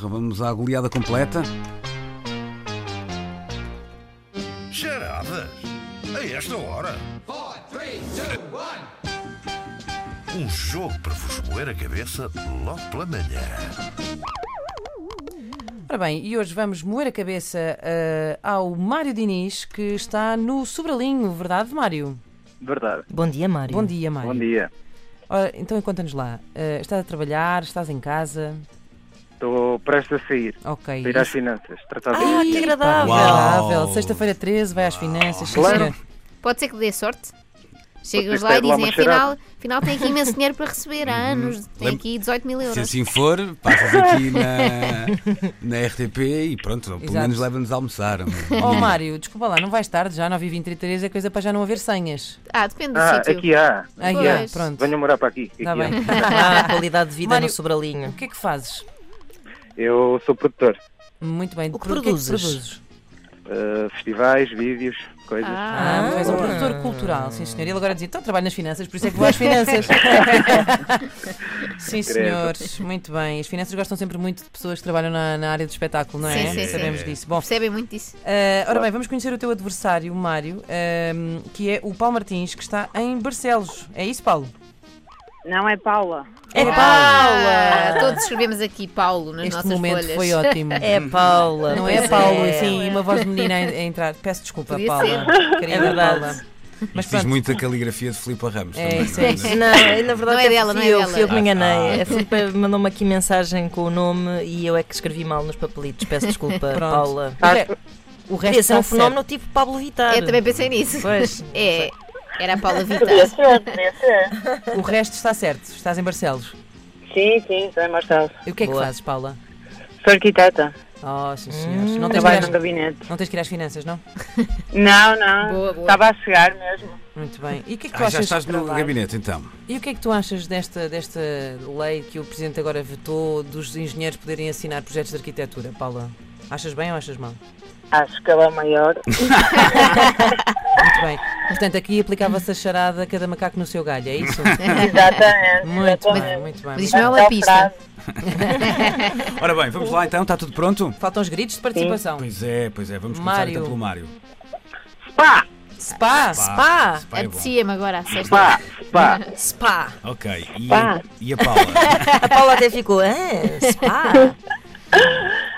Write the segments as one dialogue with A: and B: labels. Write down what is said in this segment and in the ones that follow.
A: Vamos à goleada completa.
B: Charadas? A esta hora? Um jogo para vos moer a cabeça logo pela manhã.
C: Ora bem, e hoje vamos moer a cabeça ah, ao Mário Diniz, que está no Sobralinho, verdade, Mário?
D: Verdade.
E: Bom dia, Mário.
C: Bom dia, Mário.
D: Bom dia.
C: Ora, então conta-nos lá. ah, estás a trabalhar, estás em casa?
D: Estou prestes a sair.
C: Ok.
D: Para ir às finanças. Tratar de...
E: Ah, que agradável.
C: Agradável. Sexta-feira 13, vai às finanças. sim,
D: Claro.
C: senhor.
F: Pode ser que dê sorte.
D: Pode
F: Chegas
D: ser
F: lá
D: que
F: e
D: dê lá
F: dizem,
D: uma cheirada.
F: afinal, afinal tem aqui imenso dinheiro para receber há anos, tem
A: Lembra-
F: aqui 18 mil
A: Se
F: euros.
A: assim for, passas aqui na, na RTP e pronto, pelo
C: Exato.
A: menos leva-nos a almoçar.
C: Oh, Mário, desculpa lá, não vais tarde, já 9h23 é coisa para já não haver senhas.
F: Ah, depende do
D: Ah,
F: sítio.
D: aqui há.
C: Aí,
F: Pois.
C: ah, pronto.
D: Venham morar para aqui.
C: Está
D: Aqui há.
C: bem.
E: Ah, qualidade de vida
C: Mário-
E: no
C: O
E: Sobralinho.
C: que é que fazes?
D: Eu sou produtor.
C: Muito bem.
E: O que
C: Pro-
E: produzes?
D: Uh, festivais, vídeos, coisas.
C: Ah, tu és um produtor cultural, sim senhor. Ele agora diz, então trabalho nas finanças, por isso é que vou às finanças. sim senhores, muito bem. As finanças gostam sempre muito de pessoas que trabalham na, na área do espetáculo, não é?
F: Sim, sim, sim.
C: Sabemos disso. Bom,
F: Percebem muito disso.
C: eh, ora bem, vamos conhecer o teu adversário, o Mário, ehm, que é o Paulo Martins, que está em Barcelos. É isso, Paulo?
G: Não é Paula.
C: É
F: Ah, todos escrevemos aqui Paulo nas
C: Este
F: nossas
C: momento
F: folhas.
C: foi ótimo.
E: É Paula.
C: Não
E: pois
C: é Paulo, assim, e uma voz de menina a a entrar. Peço desculpa,
F: Podia
C: Paula. Querida
E: É verdade.
C: Paula. Mas
A: Mas diz
C: pronto,
A: muito a caligrafia de Filipe Ramos.
C: É,
A: também,
C: isso
A: não
C: é
E: Não, na verdade
F: Não é
E: até
F: dela,
E: fui
F: não é
E: eu,
F: dela.
E: fui eu que me enganei. É
A: Ah.
E: A Filipe mandou-me aqui mensagem com o nome e eu é que escrevi mal nos papelitos. Peço desculpa,
C: Pronto.
E: Paula.
C: o re- o resto
E: Esse é um
C: está certo.
E: fenómeno tipo Pablo Vittar.
F: Eu também pensei nisso.
E: Pois.
F: É, era a Paula Vita.
G: Podia ser, podia ser.
C: O resto está certo, estás em Barcelos.
G: Sim, sim, já é mais tarde.
C: E o que é que
E: Boa.
C: fazes, Paula?
G: Sou arquiteta.
C: Oh, sim, senhores. não, tens que ir
G: Trabalho
C: às,
G: num gabinete.
C: não tens que ir às finanças, não?
G: Não, não.
F: Boa, boa.
G: Estava a chegar mesmo.
C: Muito bem. E o que é que tu
A: Ah, já
C: achas?
A: estás no gabinete então.
C: E o que é que tu achas desta, desta lei que o Presidente agora vetou dos engenheiros poderem assinar projetos de arquitetura, Paula? Achas bem ou achas mal?
G: Acho que ela é maior.
C: Muito bem. Portanto, aqui aplicava-se a charada a cada macaco no seu galho, é isso?
G: Exatamente.
C: Muito bem,
G: exatamente.
C: muito
F: Mas
C: bem.
F: isto não é uma pista.
A: Ora bem, vamos lá então, está tudo pronto?
C: Faltam os gritos de participação.
A: Pois é, pois é, vamos começar
C: Mário.
A: então pelo Mário.
G: Pá,
C: Spa!
A: Pá,
C: Spa!
A: Spy é bom.
F: Apetecia-me agora, à sexta.
D: Pá, pá.
E: Spa.
A: Ok, e,
G: Pá.
A: e a Paula?
E: A Paula até ficou, ah, spa.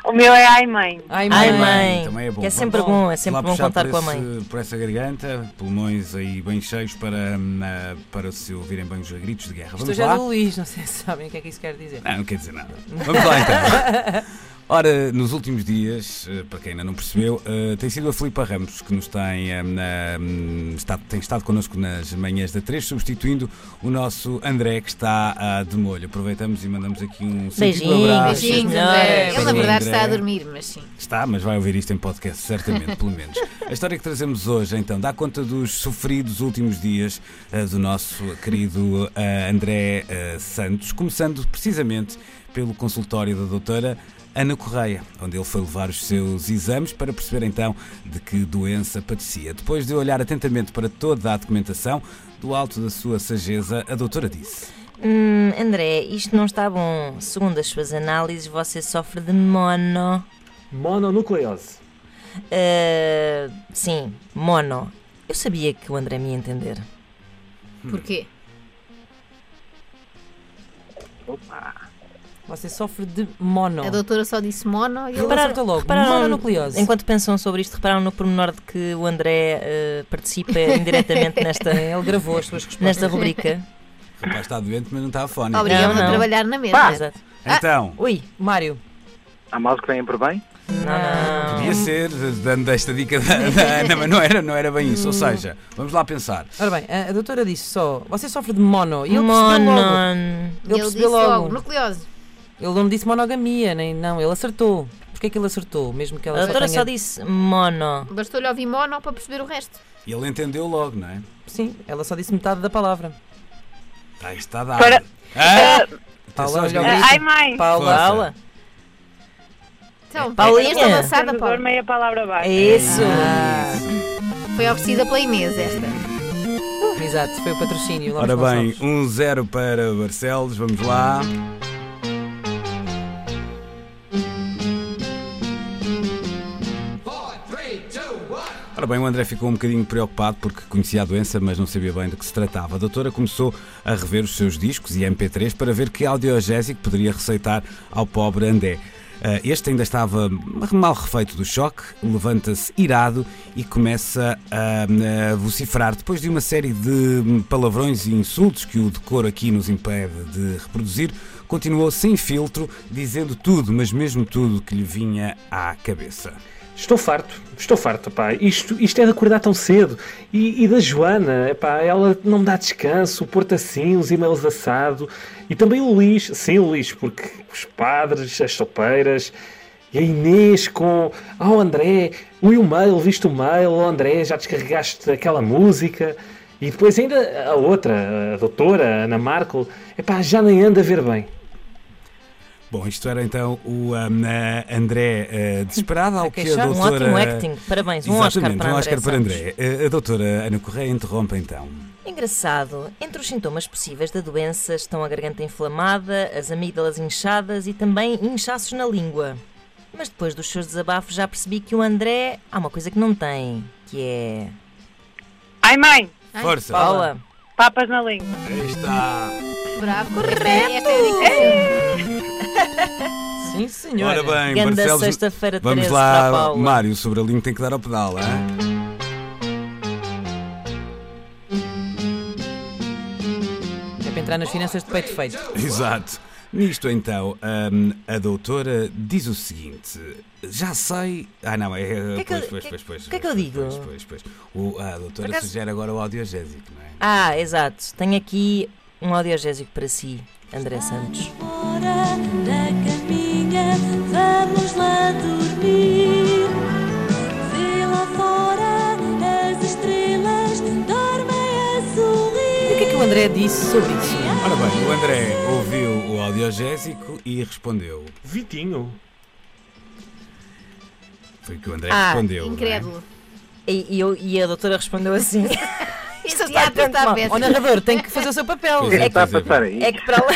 G: o meu é ai mãe.
F: Ah,
C: Ai,
E: Ai,
C: mãe.
E: mãe.
A: Também é bom.
E: Que é sempre
C: Vamos
E: bom, é
A: Lá
E: sempre bom
A: puxar
E: contar
A: por
E: com a
A: esse-
E: mãe.
A: Por essa garganta, pulmões aí bem cheios para, hum, ah, para se ouvirem bem os gritos de guerra.
C: Estou
A: Vamos
C: já
A: lá?
C: do Luís, não sei se sabem o que é que isso quer dizer.
A: Não, não quer dizer nada. Vamos lá então. Ora, nos últimos dias, eh, para quem ainda não percebeu, eh, tem sido a Filipa Ramos que nos tem, eh, na- hum, está- tem estado connosco nas manhãs da 3, substituindo o nosso André, que está ah, de molho. Aproveitamos e mandamos aqui um sentido
E: Beijinhos,
A: abraço.
F: Beijinhos,
E: Senhora.
C: é
F: André. Ele, na
A: Sim,
F: verdade,
A: André.
F: está a dormir, mas sim.
A: Está, mas vai ouvir isto em podcast, certamente, pelo menos. A história que trazemos hoje, então, dá conta dos sofridos últimos dias eh, do nosso querido eh, André eh, Santos, começando precisamente pelo consultório da doutora Ana Correia, onde ele foi levar os seus exames para perceber então de que doença padecia. Depois de olhar atentamente para toda a documentação, do alto da sua sageza, a doutora disse.
E: Hum, André, isto não está bom. Segundo as suas análises, você sofre de mono.
H: Mononucleose.
E: Ah, sim, mono. Eu sabia que o André me ia entender.
C: Hum.
F: Porquê?
C: Você sofre de mono.
F: A doutora só disse mono e ele
C: Repararam-
F: acertou logo.
C: repararam- Mononucleose.
E: Enquanto pensam sobre isto, repararam no pormenor de que o André ah, participa indiretamente nesta,
C: É, Ele gravou as suas respostas.
E: nesta rubrica.
A: O rapaz está doente, mas não está afónico.
F: Obrigava-me
E: Não,
F: a
E: não.
F: trabalhar na
E: Pá.
F: mesa.
E: Exato.
A: Então,
E: Ui,
C: Mário,
D: Há mal que venham por bem?
E: não, não.
A: Podia ser, dando esta dica da, da Ana, mas não era, não era bem isso. Ou seja, vamos lá pensar.
C: ora bem, a, a doutora disse só: você sofre de mono. E ele percebeu logo.
E: Mono.
F: E ele disse
C: percebeu
F: logo, nucleose.
C: Ele não disse monogamia, nem não, ele acertou. Porquê que ele acertou? Mesmo que ela
E: A doutora
C: tenha...
E: só disse mono.
F: Bastou-lhe ouvir mono para perceber o resto.
A: E Ele entendeu logo, não é?
C: Sim, ela só disse metade da palavra.
A: Está, está Tá, dado.
G: Para-
F: é
A: Ah!
C: Paula,
A: Atenção aos
C: olha o
A: gritos.
C: grito.
G: Ai mãe.
C: Paula.
A: Força.
E: Paula.
F: Então,
E: Paulinha.
F: esta lançada,
G: Perdedor,
F: Paulo,
G: meia palavra
E: É
G: baixa.
E: isso.
F: foi oferecida pela Inês esta.
C: Exato, foi o patrocínio. Lourdes
A: Ora bem,
C: Gonçalves.
A: 1-0 para Barcelos, vamos lá. Ora bem, o André ficou um bocadinho preocupado porque conhecia a doença, mas não sabia bem do que se tratava. A doutora começou a rever os seus discos e MP3 para ver que audiogésico poderia receitar ao pobre André. Ah, Este ainda estava mal refeito do choque, levanta-se irado e começa a, ah, vociferar. Depois de uma série de palavrões e insultos que o decoro aqui nos impede de reproduzir, continuou sem filtro, dizendo tudo, mas mesmo tudo que lhe vinha à cabeça.
H: Estou farto, estou farto, pá. Isto, isto é de acordar tão cedo. E, e da Joana, pá, ela não me dá descanso, o Porto assim, os e-mails assado. E também o Luís, sim, o Luís, porque os padres, as sopeiras, e a Inês com. Ah, o André, o e-mail, viste o mail, oh, André, já descarregaste aquela música. E depois ainda a outra, a doutora, a Ana Marco, epá, já nem anda a ver bem.
A: Bom, isto era então o ahm, eh, André eh, desesperado, ao
C: Ok,
A: que a
C: já. Um
E: Um
A: doutora...
E: ótimo acting, parabéns, um Oscar
A: Exatamente,
E: para
A: um
E: André.
A: Oscar para
E: Santos.
A: André. Eh, A doutora Ana Correia interrompe então.
E: Engraçado, entre os sintomas possíveis da doença estão a garganta inflamada, as amígdalas inchadas e também inchaços na língua. Mas depois dos seus desabafos já percebi que o André há uma coisa que não tem, que é.
G: Ai, mãe!
F: Ai,
A: Força!
E: Paula!
G: Papas na língua.
A: Aí está!
F: Bravo, correto. Esta é a dica.
C: Sim, senhor.
A: um- Ora bem,
E: Ganda
A: Barcelos...
E: sexta-feira
A: Vamos
E: 13 para a
A: lá,
E: Paula.
A: Mário, sobre a linha tem que dar ao pedal, hein?
C: É para entrar nas finanças de peito feito.
A: Exato. Nisto então, ahm, a doutora diz o seguinte: já sei. Ah, não, é.
E: Que é que eu-
A: pois, pois,
E: que-
A: pois, pois.
E: que é que eu digo?
A: Pois, pois, pois. O, a doutora
E: Por acaso-
A: sugere agora o audiogésico, não é?
E: Ah, exato, tenho aqui um audiogésico para si, André Santos.
I: fora da caminha, vamos lá dormir. Vê lá fora as estrelas, dormem a
C: E o que é
I: sorrir.
C: que o André disse sobre isso?
A: Ora bem, o André ouviu o audiogésico e respondeu.
H: Vitinho.
A: Foi o que o André
E: Ah,
A: respondeu. não é?
F: Incrédulo.
E: E, e eu- e a doutora respondeu assim.
F: Isto está a tentar
E: Bom,
F: ver.
C: O narrador tem que fazer o seu papel.
A: Pois
D: O que é que está a
A: pois
D: passar aí?
E: É que para lá.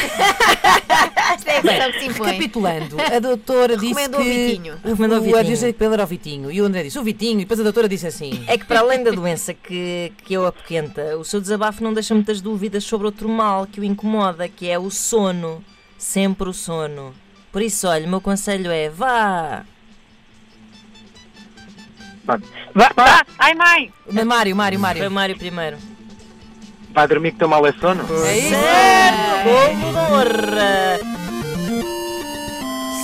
F: Esta é a versão que se impõe.
C: Recapitulando, a doutora disse
F: Recomendou o
C: que
F: Vitinho.
C: o,
E: Recomendou o
C: o
E: Vitinho.
C: audiogésico dele era o Vitinho. E o André disse o Vitinho. E depois a doutora disse assim.
E: É que para além da doença que, que eu apoquenta, o seu desabafo não deixa muitas dúvidas sobre outro mal que o incomoda, que é o sono. Sempre o sono. Por isso, olha, o meu conselho é vá!
D: Vá,
G: Vá, vá. Ai, mãe!
C: Mas Mário, Mário,
E: Foi o
C: Mário.
E: Mário primeiro.
D: vai dormir que teu mal é sono?
C: É isso?
E: Certo! Como honra!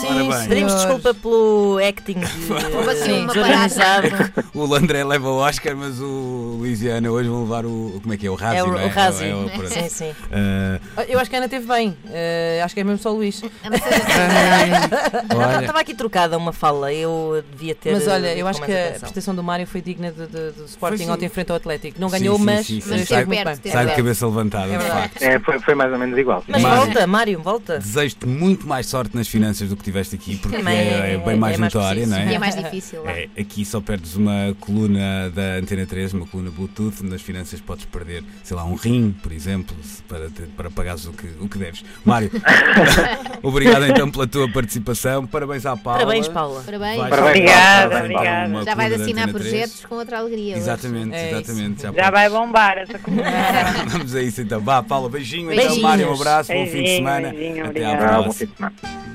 A: Ora
C: Sim,
A: bem.
C: senhor.
E: Pedimos desculpa pelo acting de-
F: Houve assim uma
E: desorganizado.
A: O André leva o Oscar, mas o Luisiana hoje vão levar o. Como é que é? O Razzie,
E: É o,
A: não é?
E: o Razi.
A: É o- pronto.
E: Sim, sim.
A: Ah,
C: Eu acho que a Ana teve bem. Eh, acho que é mesmo só o Luís.
F: A massagem-
A: Ah, olha,
E: Estava aqui trocada uma fala, eu devia ter.
C: Mas olha, eu
E: dito
C: acho
E: com
C: que é
E: mais
C: a
E: atenção.
C: prestação do Mário foi digna de- de- do Sporting
A: sim.
C: ontem em frente ao Atlético. Não
A: Sim,
C: ganhou,
A: sim,
C: mas
A: sim, sim.
C: mas
A: Sai-
C: esteve muito
F: perto,
C: bem.
F: esteve.
A: sai de cabeça levantada, de
C: verdade.
A: facto.
D: É, foi, foi mais ou menos igual.
E: Mas
A: Mário.
E: volta, Mário, volta.
A: Desejo-te muito mais sorte nas finanças do que tiveste aqui, porque
E: Também
A: é, é
E: é-
A: bem mais
E: é mais
A: notória, não
F: E é
A: é?
F: mais difícil. lá.
A: É, aqui só perdes uma coluna da Antena 3, uma coluna Bluetooth. Nas finanças podes perder, sei lá, um rim, por exemplo, se- para, te- para pagares o que, o que deves. Mário, obrigado então pela tua participação. Parabéns à Paula.
E: Parabéns, Paula.
F: Parabéns.
A: Vais-
D: Parabéns,
G: Obrigada,
A: vais levar
G: obrigada.
A: então uma
F: Já vais
A: coluna da
F: assinar
A: Antena 3.
F: projetos com outra alegria. hoje.
A: Exatamente,
C: É isso.
A: exatamente.
G: Já vai bombar essa comida.
A: pode. Vamos a isso então. Vá, Paula, beijinho. Então,
E: Beijinhos.
A: Mário, um abraço, bom fim de
G: Beijinho,
A: semana. Até
G: beijinho,
A: à
G: obrigada.
D: Ah, bom
A: próxima.
D: fim de semana.